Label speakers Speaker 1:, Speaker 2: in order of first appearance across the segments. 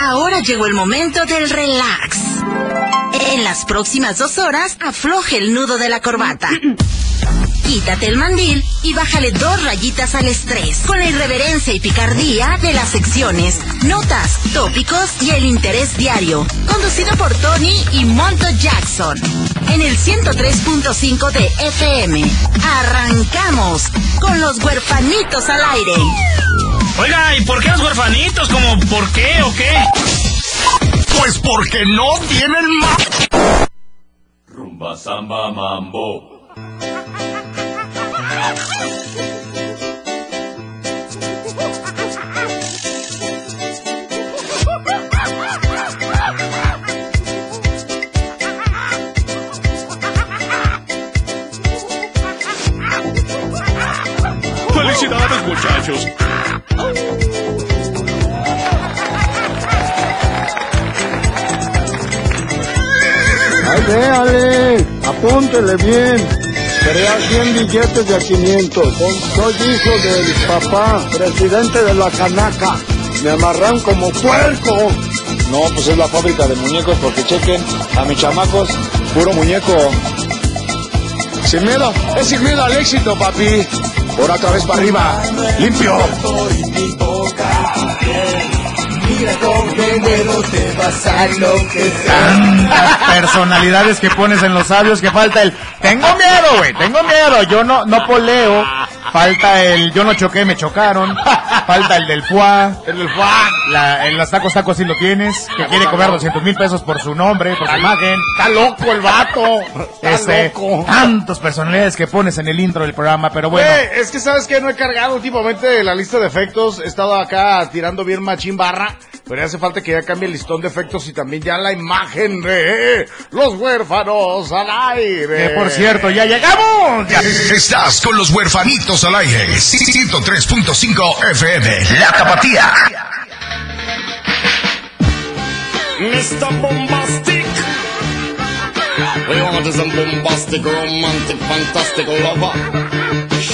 Speaker 1: Ahora llegó el momento del relax. En las próximas dos horas, afloje el nudo de la corbata. Quítate el mandil y bájale dos rayitas al estrés con la irreverencia y picardía de las secciones, notas, tópicos y el interés diario, conducido por Tony y Monto Jackson. En el 103.5 de FM, arrancamos con los huerfanitos al aire.
Speaker 2: Oiga, ¿y por qué los huerfanitos? ¿Como por qué o qué?
Speaker 3: Pues porque no tienen más.
Speaker 4: Rumba, samba, mambo.
Speaker 5: ¡Felicidades, muchachos!
Speaker 6: Ahí véale, apúntele bien. Crea 100 billetes de a 500. Soy hijo del papá, presidente de la canaca. Me amarran como puerco.
Speaker 7: No, pues es la fábrica de muñecos porque chequen a mis chamacos, puro muñeco. Sin miedo, es sin miedo al éxito, papi. Ahora otra vez para arriba, limpio.
Speaker 8: Mira con qué dedo te vas a
Speaker 9: Personalidades que pones en los sabios que falta el tengo miedo, güey, tengo miedo, yo no no poleo, falta el yo no choqué, me chocaron, falta el del fuá, el del fuá, Ah, la, en las tacos tacos sí lo tienes, que quiere cobrar 200 mil pesos por su nombre, por su imagen,
Speaker 5: Está loco el vato. Está
Speaker 9: este,
Speaker 5: loco.
Speaker 9: tantas personalidades que pones en el intro del programa, pero bueno.
Speaker 5: Güey, Eh, es que sabes que no he cargado últimamente la lista de efectos. He estado acá tirando bien machín barra. Pero ya hace falta que ya cambie el listón de efectos y también ya la imagen de eh, los huérfanos al aire.
Speaker 9: Que eh, por cierto, ya llegamos. Ya.
Speaker 3: Estás con los huerfanitos al aire. 103.5 FM. La tapatía.
Speaker 10: Mr. Bombastic. We want some bombastic, romantic, fantastic lover.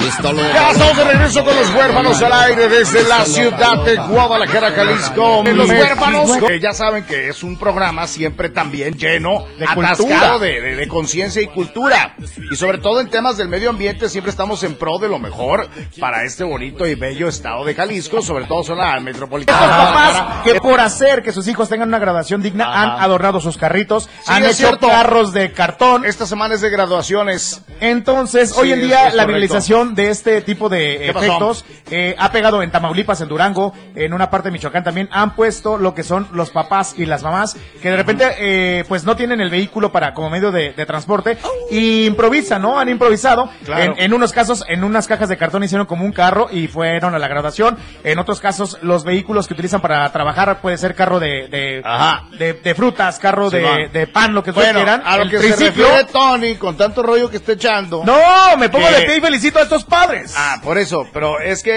Speaker 10: Mr.
Speaker 5: Ya
Speaker 10: Lover.
Speaker 5: estamos de regreso con los huérfanos al aire desde la ciudad de Guadalajara, Jalisco. Los huérfanos, que ya saben que es un programa siempre también lleno,
Speaker 9: De cultura.
Speaker 5: atascado de, de- de conciencia y cultura. Y sobre todo en temas del medio ambiente siempre estamos en pro de lo mejor para este bonito y bello estado de Jalisco, sobre todo zona metropolitana.
Speaker 9: Estos papás
Speaker 5: Guadalajara.
Speaker 9: que por hacer que sus hijos tengan una graduación digna han adornado sus carritos, han
Speaker 5: es
Speaker 9: hecho
Speaker 5: cierto.
Speaker 9: carros de cartón.
Speaker 5: Esta semana es de graduaciones.
Speaker 9: Entonces, hoy en
Speaker 5: es-
Speaker 9: día
Speaker 5: es
Speaker 9: la
Speaker 5: correcto.
Speaker 9: viralización de este tipo de
Speaker 5: ¿Qué pasó?
Speaker 9: efectos eh, ha pegado en Tamaulipas, en Durango, en una parte de Michoacán también, han puesto lo que son los papás y las mamás que de repente eh, pues no tienen el vehículo para como medio de, de transporte y improvisan, ¿no? Han improvisado.
Speaker 5: Claro.
Speaker 9: En, en unos casos, en unas cajas de cartón hicieron como un carro y fueron a la graduación. En otros casos, los vehículos que utilizan para trabajar puede ser carro de, de,
Speaker 5: Ajá.
Speaker 9: de, de frutas, carro
Speaker 5: Sí,
Speaker 9: de,
Speaker 5: va.
Speaker 9: de pan, lo que ustedes
Speaker 5: Bueno,
Speaker 9: quieran.
Speaker 5: a lo
Speaker 9: El
Speaker 5: que se
Speaker 9: triciclo.
Speaker 5: refiere Tony, con tanto rollo que está echando.
Speaker 9: No, me pongo
Speaker 5: ¿Qué?
Speaker 9: de pie y felicito a estos padres.
Speaker 5: Ah, por eso, pero es que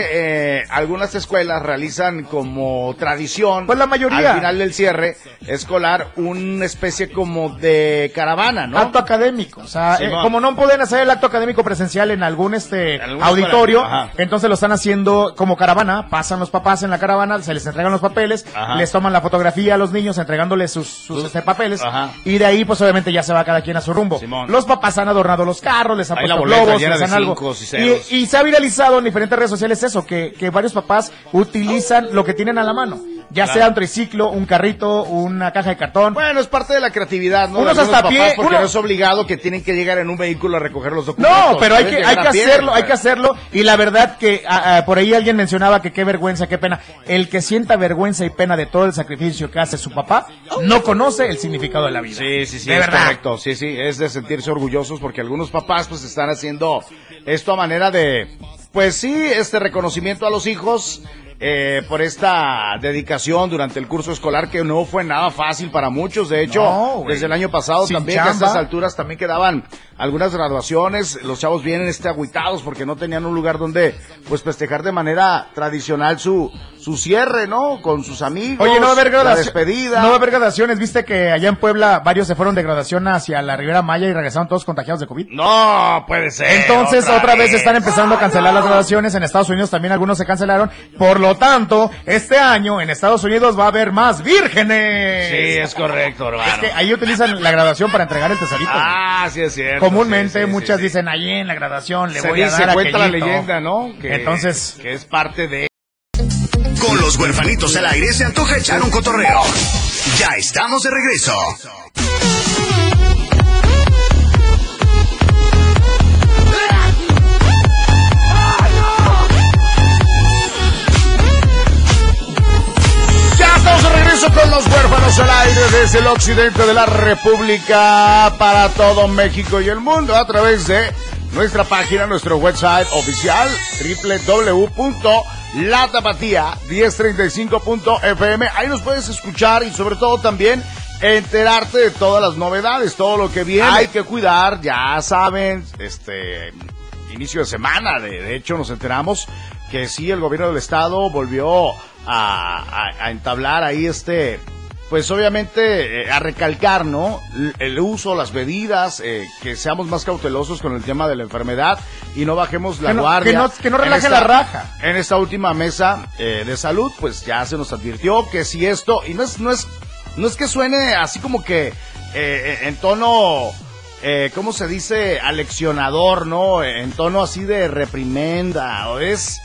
Speaker 5: eh, algunas escuelas realizan como tradición,
Speaker 9: Pues la mayoría.
Speaker 5: al final del cierre escolar, una especie como de caravana, ¿no?
Speaker 9: Acto académico, o sea,
Speaker 5: Sí,
Speaker 9: eh,
Speaker 5: va.
Speaker 9: como no pueden hacer el acto académico presencial en algún este
Speaker 5: alguna
Speaker 9: auditorio,
Speaker 5: escuela. Ajá.
Speaker 9: entonces lo están haciendo como caravana, pasan los papás en la caravana, se les entregan los papeles,
Speaker 5: Ajá.
Speaker 9: les toman la fotografía a los niños entregándoles sus, sus, este, papeles
Speaker 5: Ajá.
Speaker 9: y de ahí pues obviamente ya se va cada quien a su rumbo.
Speaker 5: Simón.
Speaker 9: Los papás han adornado los carros, les han
Speaker 5: Ahí la
Speaker 9: puesto
Speaker 5: boleta
Speaker 9: globos,
Speaker 5: llena
Speaker 9: les
Speaker 5: de
Speaker 9: han algo.
Speaker 5: cincos y
Speaker 9: Y,
Speaker 5: ceros.
Speaker 9: y se ha viralizado en diferentes redes sociales eso, que, que varios papás utilizan lo que tienen a la mano, ya sea un triciclo, un carrito, una caja de cartón.
Speaker 5: Bueno, es parte de la creatividad, ¿no? De
Speaker 9: Unos
Speaker 5: algunos
Speaker 9: hasta a
Speaker 5: papás,
Speaker 9: pie,
Speaker 5: porque
Speaker 9: uno-
Speaker 5: no es obligado que tienen que llegar en un vehículo a recoger los documentos.
Speaker 9: No, pero hay
Speaker 5: Pueden
Speaker 9: que, hay
Speaker 5: llegar
Speaker 9: que
Speaker 5: a pie,
Speaker 9: hacerlo, hay que
Speaker 5: pues.
Speaker 9: hacerlo. Y la verdad que ah, ah, por ahí alguien mencionaba que qué vergüenza, qué pena. El que sienta vergüenza y pena de todo el sacrificio que hace su papá, no conoce el significado de la vida.
Speaker 5: Sí, sí, sí,
Speaker 9: De
Speaker 5: es
Speaker 9: verdad.
Speaker 5: correcto. Sí, sí, es de sentirse orgullosos porque algunos papás pues están haciendo esto a manera de, pues sí, este reconocimiento a los hijos eh, por esta dedicación durante el curso escolar que no fue nada fácil para muchos. De hecho,
Speaker 9: No, güey.
Speaker 5: desde el año pasado
Speaker 9: Sin
Speaker 5: también que a
Speaker 9: chamba.
Speaker 5: estas alturas también quedaban algunas graduaciones. Los chavos vienen este aguitados porque no tenían un lugar donde pues festejar de manera tradicional su su cierre, ¿no? Con sus amigos.
Speaker 9: Oye, no va a haber
Speaker 5: la
Speaker 9: gradaciones.
Speaker 5: despedida.
Speaker 9: No va a haber gradaciones. Viste que allá en Puebla varios se fueron de gradación hacia la Ribera Maya y regresaron todos contagiados de COVID.
Speaker 5: No, puede ser.
Speaker 9: Entonces, otra, vez. están empezando a cancelar las graduaciones. En Estados Unidos también algunos se cancelaron. Por lo tanto, este año en Estados Unidos va a haber más vírgenes.
Speaker 5: Sí, es correcto, hermano.
Speaker 9: Es que ahí utilizan la graduación para entregar el tesorito.
Speaker 5: Ah, sí es cierto.
Speaker 9: Comúnmente
Speaker 5: sí, sí,
Speaker 9: muchas
Speaker 5: sí, sí.
Speaker 9: dicen ahí en la graduación le
Speaker 5: Se
Speaker 9: voy a
Speaker 5: dice,
Speaker 9: dar
Speaker 5: cuenta la
Speaker 9: aquellito".
Speaker 5: leyenda, ¿no? Que-
Speaker 9: Entonces,
Speaker 5: Que es parte de...
Speaker 3: Con los huerfanitos al aire se antoja echar un cotorreo. Ya estamos de regreso.
Speaker 5: Ya estamos de regreso con los huérfanos al aire desde el occidente de la República para todo México y el mundo a través de nuestra página, nuestro website oficial www.latapatía1035.fm. Ahí nos puedes escuchar y sobre todo también enterarte de todas las novedades, todo lo que viene. Hay que cuidar, ya saben, este inicio de semana. De, de hecho, nos enteramos que sí, el gobierno del estado volvió a, a- a entablar ahí este, pues obviamente eh, a recalcar, ¿no? L- El uso, las bebidas, eh, que seamos más cautelosos con el tema de la enfermedad y no bajemos la
Speaker 9: Que no-
Speaker 5: guardia.
Speaker 9: que no- que no
Speaker 5: En
Speaker 9: relaje la raja.
Speaker 5: En esta última mesa eh, de salud, pues ya se nos advirtió que si esto, y no es, no es, no es que suene así como que eh, eh, en tono eh, ¿cómo se dice? Aleccionador, ¿no? En tono así de reprimenda, o es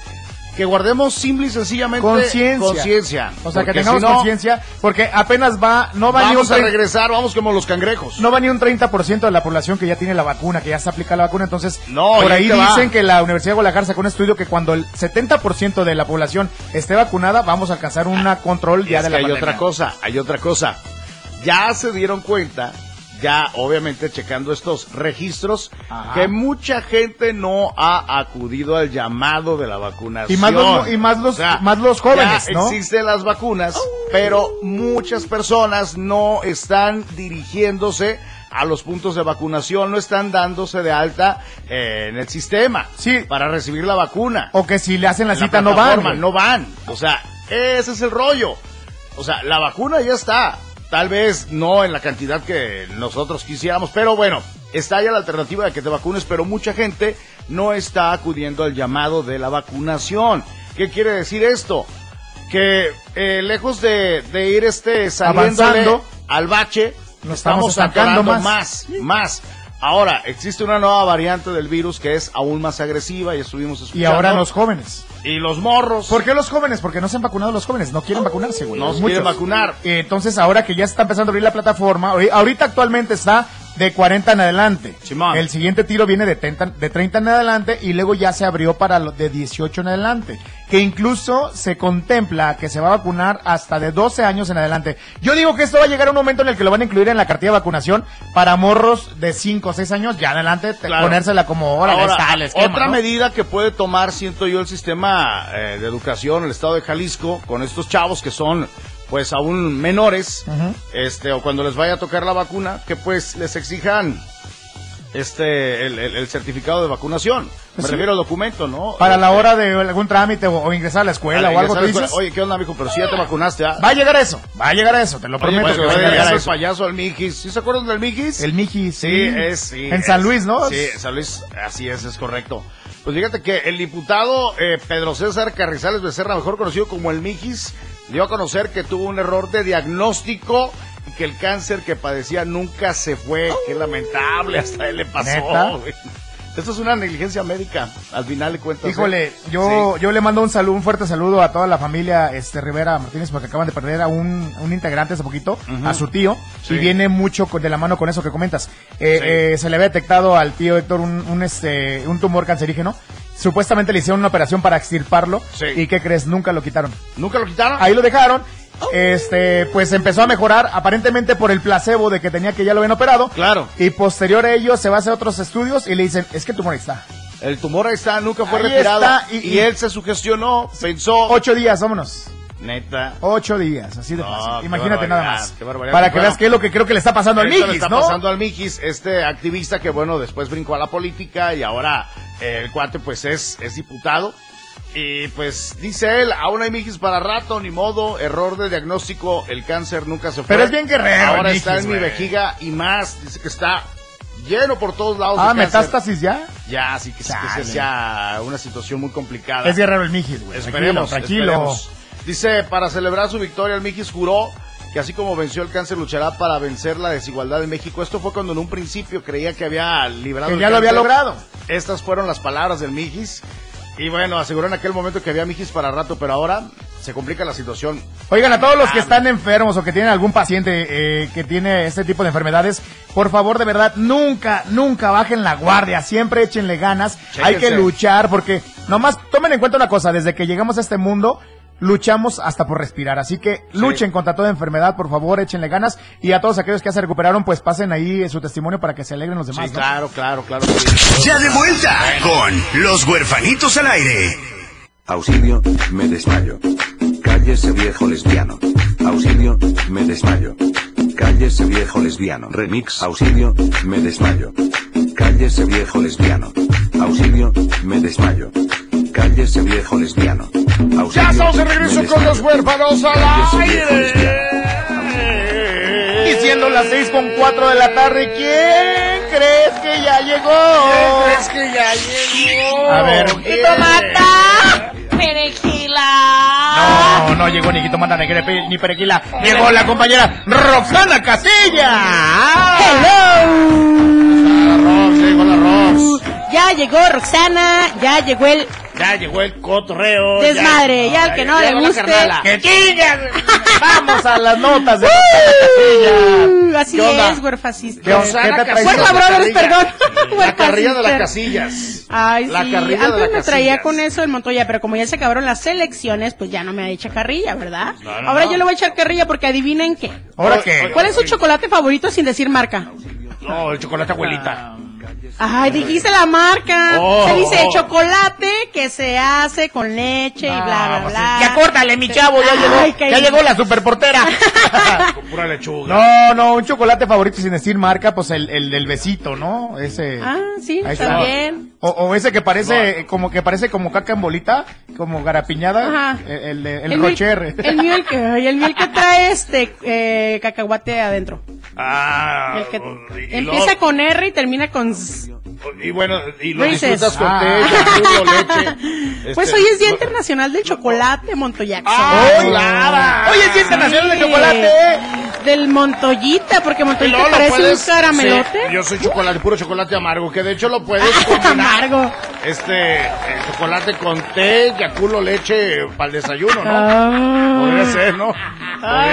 Speaker 5: que guardemos simple y sencillamente
Speaker 9: conciencia.
Speaker 5: conciencia.
Speaker 9: O sea, que
Speaker 5: Porque
Speaker 9: tengamos
Speaker 5: si no,
Speaker 9: conciencia porque apenas va, no va ni un
Speaker 5: Vamos a
Speaker 9: 30
Speaker 5: regresar, vamos como los cangrejos.
Speaker 9: No va ni un 30% de la población que ya tiene la vacuna, que ya se aplica la vacuna. Entonces,
Speaker 5: No,
Speaker 9: por
Speaker 5: y
Speaker 9: ahí
Speaker 5: te va.
Speaker 9: dicen que la Universidad de Guadalajara sacó un estudio que cuando el 70% de la población esté vacunada, vamos a alcanzar un control
Speaker 5: Y
Speaker 9: ya
Speaker 5: es
Speaker 9: de
Speaker 5: que
Speaker 9: la
Speaker 5: hay
Speaker 9: pandemia.
Speaker 5: otra cosa, hay otra cosa. Ya se dieron cuenta, ya obviamente checando estos registros,
Speaker 9: Ajá.
Speaker 5: que mucha gente no ha acudido al llamado de la vacunación.
Speaker 9: Y más los- y más los- más los jóvenes,
Speaker 5: ya
Speaker 9: ¿no?
Speaker 5: Existen las vacunas, pero muchas personas no están dirigiéndose a los puntos de vacunación, no están dándose de alta eh, en el sistema
Speaker 9: Sí.
Speaker 5: para recibir la vacuna
Speaker 9: O que si le hacen la,
Speaker 5: la
Speaker 9: cita no van.
Speaker 5: plataforma,
Speaker 9: güey.
Speaker 5: No van. O sea, ese es el rollo. O sea, la vacuna ya está. Tal vez no en la cantidad que nosotros quisiéramos, pero bueno, está ya la alternativa de que te vacunes, pero mucha gente no está acudiendo al llamado de la vacunación. ¿Qué quiere decir esto? Que eh, lejos de, de ir este saliéndole
Speaker 9: Avanzando.
Speaker 5: al bache,
Speaker 9: Nos
Speaker 5: estamos
Speaker 9: estamos estancando
Speaker 5: sacando más, más. Ahora, existe una nueva variante del virus que es aún más agresiva, ya estuvimos
Speaker 9: Y
Speaker 5: escuchando.
Speaker 9: ahora los jóvenes.
Speaker 5: Y los morros.
Speaker 9: ¿Por qué los jóvenes? Porque no se han vacunado los jóvenes, no quieren vacunarse, güey.
Speaker 5: No se quieren vacunar.
Speaker 9: Eh, Entonces, ahora que ya se está empezando a abrir la plataforma, ahori- ahorita actualmente está de 40 en adelante.
Speaker 5: Simón.
Speaker 9: El siguiente tiro viene de 30, de 30 en adelante y luego ya se abrió para los de 18 en adelante. Que incluso se contempla que se va a vacunar hasta de 12 años en adelante. Yo digo que esto va a llegar a un momento en el que lo van a incluir en la cartilla de vacunación para morros de 5 o 6 años, ya adelante, te-
Speaker 5: Claro.
Speaker 9: ponérsela como ahora.
Speaker 5: Ahora,
Speaker 9: está, el esquema,
Speaker 5: otra
Speaker 9: ¿no?
Speaker 5: medida que puede tomar, siento yo, el sistema eh, de educación, el estado de Jalisco, con estos chavos que son pues aún menores,
Speaker 9: Ujú.
Speaker 5: este, o cuando les vaya a tocar la vacuna, que pues les exijan este el, el- el certificado de vacunación. Me
Speaker 9: sí.
Speaker 5: refiero al documento, ¿no?
Speaker 9: Para la
Speaker 5: Eh,
Speaker 9: hora de algún trámite o, o ingresar a la escuela
Speaker 5: al
Speaker 9: o algo,
Speaker 5: ingresar a
Speaker 9: ¿tú
Speaker 5: la escuela,
Speaker 9: dices?
Speaker 5: Oye, ¿qué onda, mijo? Pero si ya te vacunaste, ¿ah?
Speaker 9: Va a llegar eso, va a llegar eso, te lo
Speaker 5: Oye,
Speaker 9: prometo.
Speaker 5: pues,
Speaker 9: que va a
Speaker 5: oye,
Speaker 9: llegar
Speaker 5: ese
Speaker 9: eso.
Speaker 5: payaso al Mijis. ¿Sí se acuerdan del Mijis?
Speaker 9: El Miji, sí.
Speaker 5: Sí, es, sí,
Speaker 9: En
Speaker 5: es.
Speaker 9: San Luis, ¿no?
Speaker 5: Sí, en San Luis, así es, es correcto. Pues fíjate que el diputado eh, Pedro César Carrizales Becerra, mejor conocido como el Mijis, dio a conocer que tuvo un error de diagnóstico y que el cáncer que padecía nunca se fue. Qué lamentable, hasta él le
Speaker 9: ¿Neta?
Speaker 5: pasó. güey. Esto es una negligencia médica, al final de cuentas. ¿eh?
Speaker 9: Híjole, yo, yo le mando un saludo, un fuerte saludo a toda la familia este Rivera Martínez porque acaban de perder a un, un integrante hace poquito, a su tío,
Speaker 5: Sí.
Speaker 9: y viene mucho con- de la mano con eso que comentas. Eh,
Speaker 5: Sí.
Speaker 9: eh, se le había detectado al tío Héctor un, un, este, un tumor cancerígeno. Supuestamente le hicieron una operación para extirparlo.
Speaker 5: Sí.
Speaker 9: ¿Y qué crees? Nunca lo quitaron.
Speaker 5: Sí. ¿Nunca lo quitaron?
Speaker 9: Ahí lo dejaron.
Speaker 5: Oh.
Speaker 9: Este, pues empezó a mejorar, aparentemente por el placebo de que tenía que ya lo habían operado.
Speaker 5: Claro.
Speaker 9: Y posterior a ello se va a hacer otros estudios y le dicen, es que tu tumor ahí está.
Speaker 5: El tumor ahí está, nunca fue
Speaker 9: Ahí
Speaker 5: retirado.
Speaker 9: está, y-
Speaker 5: y, él se sugestionó, pensó.
Speaker 9: Ocho días, vámonos.
Speaker 5: Neta.
Speaker 9: Ocho días, así de
Speaker 5: No,
Speaker 9: fácil.
Speaker 5: qué
Speaker 9: Imagínate
Speaker 5: barbaridad,
Speaker 9: nada más.
Speaker 5: qué
Speaker 9: Para
Speaker 5: barbaridad.
Speaker 9: que
Speaker 5: Bueno.
Speaker 9: veas qué es lo que creo que le está pasando al
Speaker 5: Eso le
Speaker 9: Mijis,
Speaker 5: está
Speaker 9: ¿no?
Speaker 5: pasando al Mijis, este activista que, bueno, después brincó a la política y ahora eh, el cuate, pues, es, es diputado. Y pues dice él, aún hay mijis para rato, ni modo, error de diagnóstico, el cáncer nunca se fue.
Speaker 9: Pero es bien guerrero,
Speaker 5: Ahora
Speaker 9: el
Speaker 5: está
Speaker 9: mijis,
Speaker 5: en mi
Speaker 9: güey.
Speaker 5: vejiga y más, dice que está lleno por todos lados.
Speaker 9: Ah,
Speaker 5: de cáncer.
Speaker 9: metástasis ya.
Speaker 5: Ya, sí que, es- que
Speaker 9: Chale.
Speaker 5: es ya una situación muy complicada.
Speaker 9: Es guerrero el Mijis, güey.
Speaker 5: Esperemos,
Speaker 9: tranquilo.
Speaker 5: esperemos. Dice, para celebrar su victoria, el Mijis juró que así como venció el cáncer, luchará para vencer la desigualdad en México. Esto fue cuando en un principio creía que había librado
Speaker 9: Que
Speaker 5: el
Speaker 9: ya lo había
Speaker 5: cáncer.
Speaker 9: logrado.
Speaker 5: Estas fueron las palabras del Mijis. Y bueno, aseguró en aquel momento que había Mijis para rato, pero ahora se complica la situación.
Speaker 9: Oigan, a todos los
Speaker 5: Ah.
Speaker 9: que están enfermos o que tienen algún paciente eh, que tiene este tipo de enfermedades, por favor, de verdad, nunca, nunca bajen la guardia, siempre échenle ganas, hay que
Speaker 5: Chéquense.
Speaker 9: luchar, porque nomás tomen en cuenta una cosa, desde que llegamos a este mundo, luchamos hasta por respirar, así que luchen contra toda enfermedad, por favor, échenle ganas, y a todos aquellos que ya se recuperaron, pues pasen ahí eh, su testimonio para que se alegren los demás.
Speaker 5: Sí,
Speaker 9: ¿no?
Speaker 5: claro, claro, claro. sí.
Speaker 3: Pues Ya de vuelta con Los Huerfanitos al aire.
Speaker 11: Auxilio, me desmayo. Cállese viejo lesbiano. Auxilio, me desmayo. Cállese viejo lesbiano. Remix. Auxilio, me desmayo. Cállese viejo lesbiano. Auxilio, me desmayo. Cállese viejo lesbiano. Auxilio,
Speaker 5: Ya estamos de
Speaker 11: me
Speaker 5: regreso con
Speaker 11: desmayo.
Speaker 5: los huérfanos al
Speaker 11: Cállese, viejo
Speaker 5: aire.
Speaker 9: Y siendo las seis con cuatro de la tarde, ¿quién crees que ya llegó?
Speaker 5: Es que ya llegó.
Speaker 9: A ver, eh.
Speaker 12: ¡Tomata! ¡Perejila!
Speaker 9: No, no llegó ni Guito Mata, ni Gre- ni Perequila. Llegó la compañera Roxana Casilla.
Speaker 12: Ya llegó Roxana, ya llegó el
Speaker 2: Ya llegó el cotorreo.
Speaker 12: desmadre, ya el que no le
Speaker 2: llegó la
Speaker 12: guste.
Speaker 2: carnala.
Speaker 9: ¡Que chingas! Vamos a las notas de Roxana Casilla.
Speaker 12: Uh, Así
Speaker 9: ¿Qué onda?
Speaker 12: es, huerfacista.
Speaker 9: ¿Qué onda? ¿Qué te traes?
Speaker 12: Huerfa Brothers, perdón.
Speaker 5: La carrilla de las
Speaker 12: Huerfacister.
Speaker 5: casillas.
Speaker 12: Ay,
Speaker 5: La
Speaker 12: sí,
Speaker 5: carrilla de
Speaker 12: antes
Speaker 5: las
Speaker 12: me traía
Speaker 5: casillas.
Speaker 12: con eso el Montoya, pero como ya se acabaron las elecciones, pues ya no me ha hecho carrilla, ¿verdad?
Speaker 5: No, no,
Speaker 12: Ahora
Speaker 5: no.
Speaker 12: yo le voy a echar carrilla porque adivinen qué.
Speaker 9: ¿Ahora qué?
Speaker 12: ¿Cuál es su chocolate favorito sin decir marca?
Speaker 5: No, el chocolate abuelita.
Speaker 12: Ay, dijiste la marca.
Speaker 5: Oh.
Speaker 12: se dice chocolate que se hace con leche y bla, bla, bla.
Speaker 9: Ah, pues Ya córtale, mi chavo, ya
Speaker 12: Ay,
Speaker 9: llegó.
Speaker 12: qué-
Speaker 9: Ya llegó la superportera.
Speaker 5: Con pura lechuga.
Speaker 9: No, no, un chocolate favorito sin decir marca, pues el, el del besito, ¿no? Ese.
Speaker 12: Ah, sí,
Speaker 9: Ahí está.
Speaker 12: también.
Speaker 9: O, o ese que parece eh, como que parece como caca en bolita, como garapiñada,
Speaker 12: Ajá.
Speaker 9: el, el, de- el,
Speaker 12: El mío-
Speaker 9: rocher.
Speaker 12: El mío, el que, ay, el mío el que trae este eh, cacahuate adentro.
Speaker 5: Ah,
Speaker 12: El que
Speaker 5: y
Speaker 12: empieza
Speaker 5: luego-
Speaker 12: con R y termina con... s-
Speaker 5: Y bueno, y lo
Speaker 12: Reese's.
Speaker 5: disfrutas con
Speaker 9: Ah.
Speaker 5: té, con jugo, leche.
Speaker 12: Pues
Speaker 5: Este, Ah,
Speaker 12: hoy es Día Internacional del Chocolate, Montoyaxo.
Speaker 9: ¡Ay!
Speaker 5: chulada!
Speaker 9: Oye, sí, internacional de
Speaker 12: Sí.
Speaker 9: chocolate.
Speaker 12: Del Montoyita, porque
Speaker 5: Y
Speaker 12: Montoyita
Speaker 5: luego lo
Speaker 12: parece
Speaker 5: puedes-
Speaker 12: un caramelote.
Speaker 5: Sí, yo soy chocolate, puro chocolate amargo, que de hecho lo puedes combinar.
Speaker 12: Amargo.
Speaker 5: Este, eh, chocolate con té, yaculo, leche, para el desayuno, ¿no?
Speaker 12: Ah.
Speaker 5: Podría ser, ¿no? Podría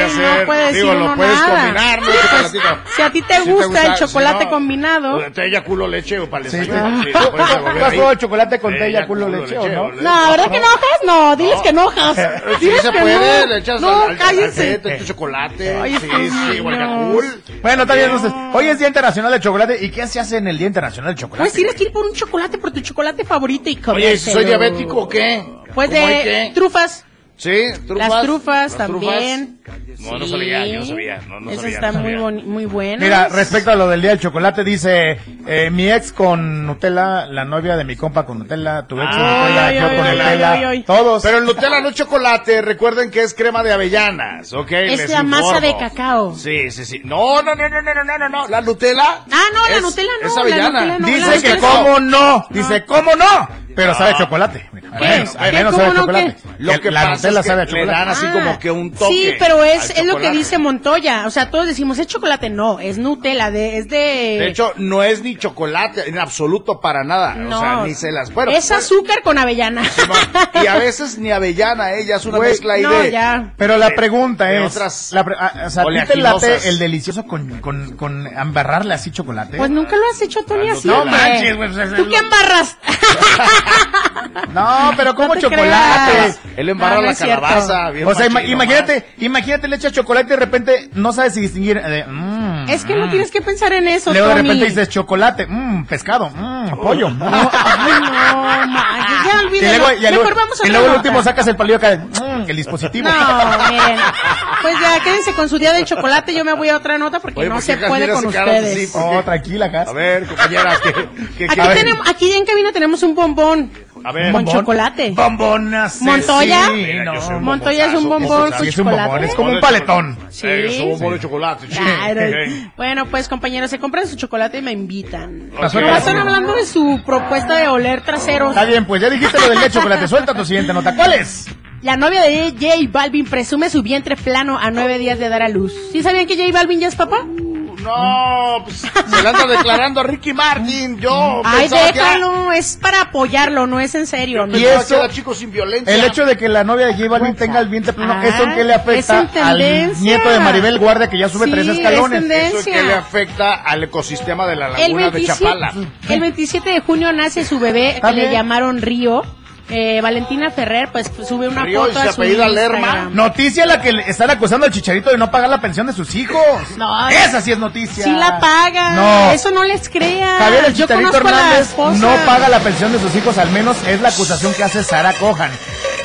Speaker 12: Ay,
Speaker 5: ser.
Speaker 12: no puede
Speaker 5: Digo,
Speaker 12: decir
Speaker 5: lo
Speaker 12: uno
Speaker 5: puedes
Speaker 12: nada.
Speaker 5: combinar, ¿no?
Speaker 12: Sí, pues,
Speaker 5: Chocolatito.
Speaker 12: si a ti te
Speaker 5: Si
Speaker 12: gusta el
Speaker 5: si pues,
Speaker 12: chocolate combinado.
Speaker 5: o Té, yaculo, leche o para el
Speaker 9: Sí.
Speaker 5: desayuno. este, Sí, lo
Speaker 9: ¿Tú
Speaker 5: puedes
Speaker 9: has
Speaker 5: revolver ahí.
Speaker 9: probado el chocolate con
Speaker 5: Eh,
Speaker 9: té y
Speaker 5: ya
Speaker 9: culo
Speaker 5: culo
Speaker 9: leche o
Speaker 5: leche,
Speaker 9: no?
Speaker 5: o le-
Speaker 12: No, ¿verdad que no hojas? No, diles que no hojas.
Speaker 5: Sí
Speaker 12: Diles
Speaker 5: se
Speaker 12: que
Speaker 5: puede,
Speaker 12: no.
Speaker 5: le echas
Speaker 12: No,
Speaker 5: al, al-
Speaker 12: cállense.
Speaker 5: al café, tu chocolate,
Speaker 12: Ay,
Speaker 5: sí,
Speaker 12: estos
Speaker 5: sí, o al
Speaker 12: niños.
Speaker 5: yacul.
Speaker 9: Bueno, está bien, entonces. Hoy es Día Internacional del Chocolate. ¿Y qué se hace en el Día Internacional del Chocolate?
Speaker 12: Pues tienes que ir por un chocolate, por tu chocolate favorito y comer.
Speaker 5: Oye, ¿y si soy diabético o qué?
Speaker 12: Pues
Speaker 5: ¿Cómo hay
Speaker 12: de
Speaker 5: que?
Speaker 12: trufas.
Speaker 5: Sí, trufas.
Speaker 12: Las trufas
Speaker 5: Las
Speaker 12: también.
Speaker 5: No, no
Speaker 12: Sí.
Speaker 5: sabía, yo no sabía, no, no
Speaker 12: Esas
Speaker 5: sabía, no
Speaker 12: están muy,
Speaker 5: sabía.
Speaker 12: boni- muy buenas.
Speaker 9: Mira, respecto a lo del Día del Chocolate, dice eh, mi ex con Nutella, la novia de mi compa con Nutella, tu ex con
Speaker 5: Ay,
Speaker 9: Nutella,
Speaker 5: ay,
Speaker 9: yo
Speaker 5: ay,
Speaker 9: con
Speaker 5: ay,
Speaker 9: Nutella,
Speaker 12: ay, ay.
Speaker 9: todos.
Speaker 5: Pero el Nutella no es chocolate, recuerden que es crema de avellanas, ¿ok?
Speaker 12: Es
Speaker 5: Les
Speaker 12: la masa
Speaker 5: informo.
Speaker 12: de cacao.
Speaker 5: Sí, sí, sí. No, no, no, no, no, no, no, no, no. La Nutella.
Speaker 12: Ah, no, la
Speaker 5: es-
Speaker 12: Nutella no,
Speaker 5: Es
Speaker 12: la
Speaker 5: avellana.
Speaker 12: Nutella no, la
Speaker 9: dice que
Speaker 12: Nutella
Speaker 9: cómo no, dice cómo no, pero sabe a chocolate. Menos,
Speaker 12: ¿Qué?
Speaker 9: menos sabe a
Speaker 12: ¿Cómo no
Speaker 9: chocolate.
Speaker 12: qué?
Speaker 5: Lo que
Speaker 9: la
Speaker 5: pasa
Speaker 9: Nutella
Speaker 5: es que
Speaker 9: sabe a
Speaker 5: le
Speaker 9: chocolate.
Speaker 5: dan así
Speaker 12: Ah.
Speaker 5: como que un toque.
Speaker 12: Sí, pero es,
Speaker 5: al
Speaker 12: es lo que
Speaker 5: chocolate.
Speaker 12: dice Montoya. O sea, todos decimos, es chocolate. No, es Nutella, de, es de...
Speaker 5: De hecho, no es ni chocolate en absoluto para nada. O sea, ni se las fueron. Pues,
Speaker 12: Es azúcar con avellana.
Speaker 5: Y a veces ni avellana, ella es una
Speaker 9: Güey,
Speaker 5: mezcla ahí
Speaker 12: Pues, no,
Speaker 5: de.
Speaker 12: ya.
Speaker 9: Pero la pregunta
Speaker 5: de
Speaker 9: es,
Speaker 5: otras
Speaker 9: la pre- ah, o sea, ¿a ti te
Speaker 5: oleaginosas.
Speaker 9: late el delicioso con, con, con embarrarle así chocolate?
Speaker 12: Pues nunca lo has hecho, Tony, así.
Speaker 5: Ah, no
Speaker 12: hombre.
Speaker 9: manches, güey, pues, es
Speaker 12: ¿Tú
Speaker 9: lo-
Speaker 12: qué embarras?
Speaker 9: no, pero como
Speaker 12: te
Speaker 9: chocolate.
Speaker 12: creas.
Speaker 5: Él embarra
Speaker 12: Ah, no
Speaker 5: la
Speaker 12: es cierto.
Speaker 5: calabaza. bien
Speaker 9: O sea, ima-
Speaker 5: machino,
Speaker 9: imagínate, imagínate le echas chocolate y de repente no sabes si distinguir. eh, mm,
Speaker 12: Es que
Speaker 9: mm.
Speaker 5: Ah.
Speaker 12: no tienes que pensar en eso,
Speaker 9: Luego de
Speaker 12: Tony.
Speaker 9: repente dices chocolate, mmm, pescado,
Speaker 5: Oh.
Speaker 9: mmm, pollo. mm.
Speaker 12: Ay, no, ma, ya- ya
Speaker 9: Y
Speaker 12: olvídalo.
Speaker 9: luego, y luego-
Speaker 12: Mejor vamos a
Speaker 9: y
Speaker 12: otra
Speaker 9: luego el
Speaker 12: nota.
Speaker 9: último sacas el palillo acá, de, mm, el dispositivo.
Speaker 12: No, miren. Pues ya, quédense con su día del chocolate. Yo me voy a otra nota porque
Speaker 5: Oye,
Speaker 12: no
Speaker 5: ¿por qué
Speaker 12: se
Speaker 5: Gas
Speaker 12: puede
Speaker 5: mira
Speaker 12: con
Speaker 5: su cara así?
Speaker 12: ustedes.
Speaker 5: ¿Por
Speaker 9: Oh,
Speaker 5: qué?
Speaker 9: tranquila, Gas.
Speaker 5: A ver, compañeras, que. que-
Speaker 12: Aquí,
Speaker 5: que-
Speaker 12: tenemos, aquí en cabina tenemos un bombón.
Speaker 5: A ver.
Speaker 12: Con
Speaker 5: Bombón.
Speaker 12: chocolate.
Speaker 9: Bombón
Speaker 12: Montoya.
Speaker 5: Mira, yo soy un
Speaker 12: Montoya es un
Speaker 5: bombonazo.
Speaker 12: bombón
Speaker 5: Eso
Speaker 12: con
Speaker 5: sí es un
Speaker 12: chocolate.
Speaker 5: bombón,
Speaker 9: es como un paletón.
Speaker 12: Sí.
Speaker 5: Eh, es un bombón de chocolate. sí.
Speaker 12: Claro.
Speaker 5: Sí.
Speaker 12: Bueno, pues compañeros, se compran su chocolate y me invitan.
Speaker 9: Ok.
Speaker 12: Pero están hablando de su propuesta de oler traseros.
Speaker 9: Está bien, pues ya dijiste lo del leche chocolate. Suelta tu siguiente nota. ¿Cuál es?
Speaker 12: La novia de J Balvin presume su vientre plano a nueve días de dar a luz. ¿Sí sabían que J Balvin ya es papá?
Speaker 5: No, pues, se le anda declarando a Ricky Martin. Yo
Speaker 12: Ay,
Speaker 5: pensaba que ah, era-
Speaker 12: déjalo, es para apoyarlo, no es en serio. ¿no?
Speaker 5: Y eso, chicos sin violencia.
Speaker 9: El hecho de que la novia de J Balvin tenga el vientre plano, ¿eso en qué le
Speaker 12: Ah, es
Speaker 9: afecta
Speaker 12: en
Speaker 9: al
Speaker 12: tendencia.
Speaker 9: nieto de Maribel Guardia que ya sube
Speaker 12: Sí,
Speaker 9: tres
Speaker 12: es
Speaker 9: escalones?
Speaker 12: tendencia.
Speaker 5: Eso es que le afecta al ecosistema de la
Speaker 12: El
Speaker 5: laguna de
Speaker 12: 27,
Speaker 5: Chapala.
Speaker 12: el 27 de junio nace su bebé,
Speaker 5: Está
Speaker 12: que le
Speaker 5: bien.
Speaker 12: llamaron Río. Eh, Valentina Ferrer, pues sube una
Speaker 5: Río y
Speaker 12: foto
Speaker 5: se
Speaker 12: a su
Speaker 5: apellida
Speaker 12: Instagram.
Speaker 5: Lerma.
Speaker 9: Noticia la que le están acusando al chicharito de no pagar la pensión de sus hijos.
Speaker 12: No.
Speaker 9: Esa sí es noticia.
Speaker 12: Sí la pagan.
Speaker 9: No.
Speaker 12: Eso no les crea.
Speaker 9: Javier el
Speaker 12: Yo
Speaker 9: Chicharito
Speaker 12: conozco a la
Speaker 9: Hernández
Speaker 12: esposa.
Speaker 9: no paga la pensión de sus hijos, al menos es la acusación que hace Sara Cohan.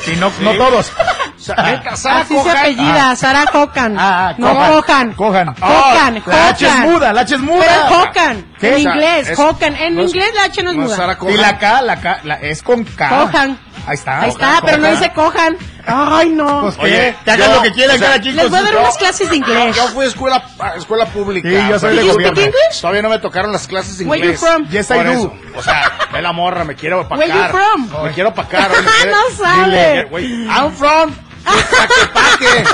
Speaker 9: Si no, no todos.
Speaker 5: Neta, Sara Ah,
Speaker 12: Así se
Speaker 5: Cojan.
Speaker 9: Ah.
Speaker 12: apellida, Sara Cocan. no
Speaker 9: Cohan. Cohan.
Speaker 12: Cocan. Cocan,
Speaker 9: ah, Oh, La H es
Speaker 12: Cocan.
Speaker 9: muda, la H es muda.
Speaker 12: Pero es Cocan.
Speaker 9: ¿Qué?
Speaker 12: En
Speaker 9: O sea,
Speaker 12: inglés,
Speaker 9: es-
Speaker 12: Cocan. En
Speaker 9: no es-
Speaker 12: inglés la H no es
Speaker 9: no es
Speaker 12: muda.
Speaker 9: Sara Cohan. Y la K, la K, la- es con K.
Speaker 12: Cohan.
Speaker 9: Ahí está.
Speaker 12: Ahí está, pero no dice Cohan. Ay, no.
Speaker 9: Pues, Oye, que hagan
Speaker 5: yo-
Speaker 9: lo que quieran
Speaker 5: o sea,
Speaker 9: cada quien
Speaker 12: Les
Speaker 9: con
Speaker 12: voy a
Speaker 9: su-
Speaker 12: dar unas clases de inglés.
Speaker 5: Yo fui a escuela, a escuela pública.
Speaker 9: Sí, yo soy de
Speaker 5: O sea,
Speaker 9: ¿You gobierno. speak
Speaker 5: Todavía no me tocaron las clases de
Speaker 12: Where you
Speaker 5: inglés.
Speaker 12: from?
Speaker 9: Yes, I
Speaker 5: Por
Speaker 9: do.
Speaker 5: eso. O sea, ve la morra, me quiero apacar.
Speaker 12: Where you from?
Speaker 5: Me quiero apacar. oye, me quiere-
Speaker 12: no
Speaker 5: Dile,
Speaker 12: sabe.
Speaker 5: güey, I'm from Tlaquepaque.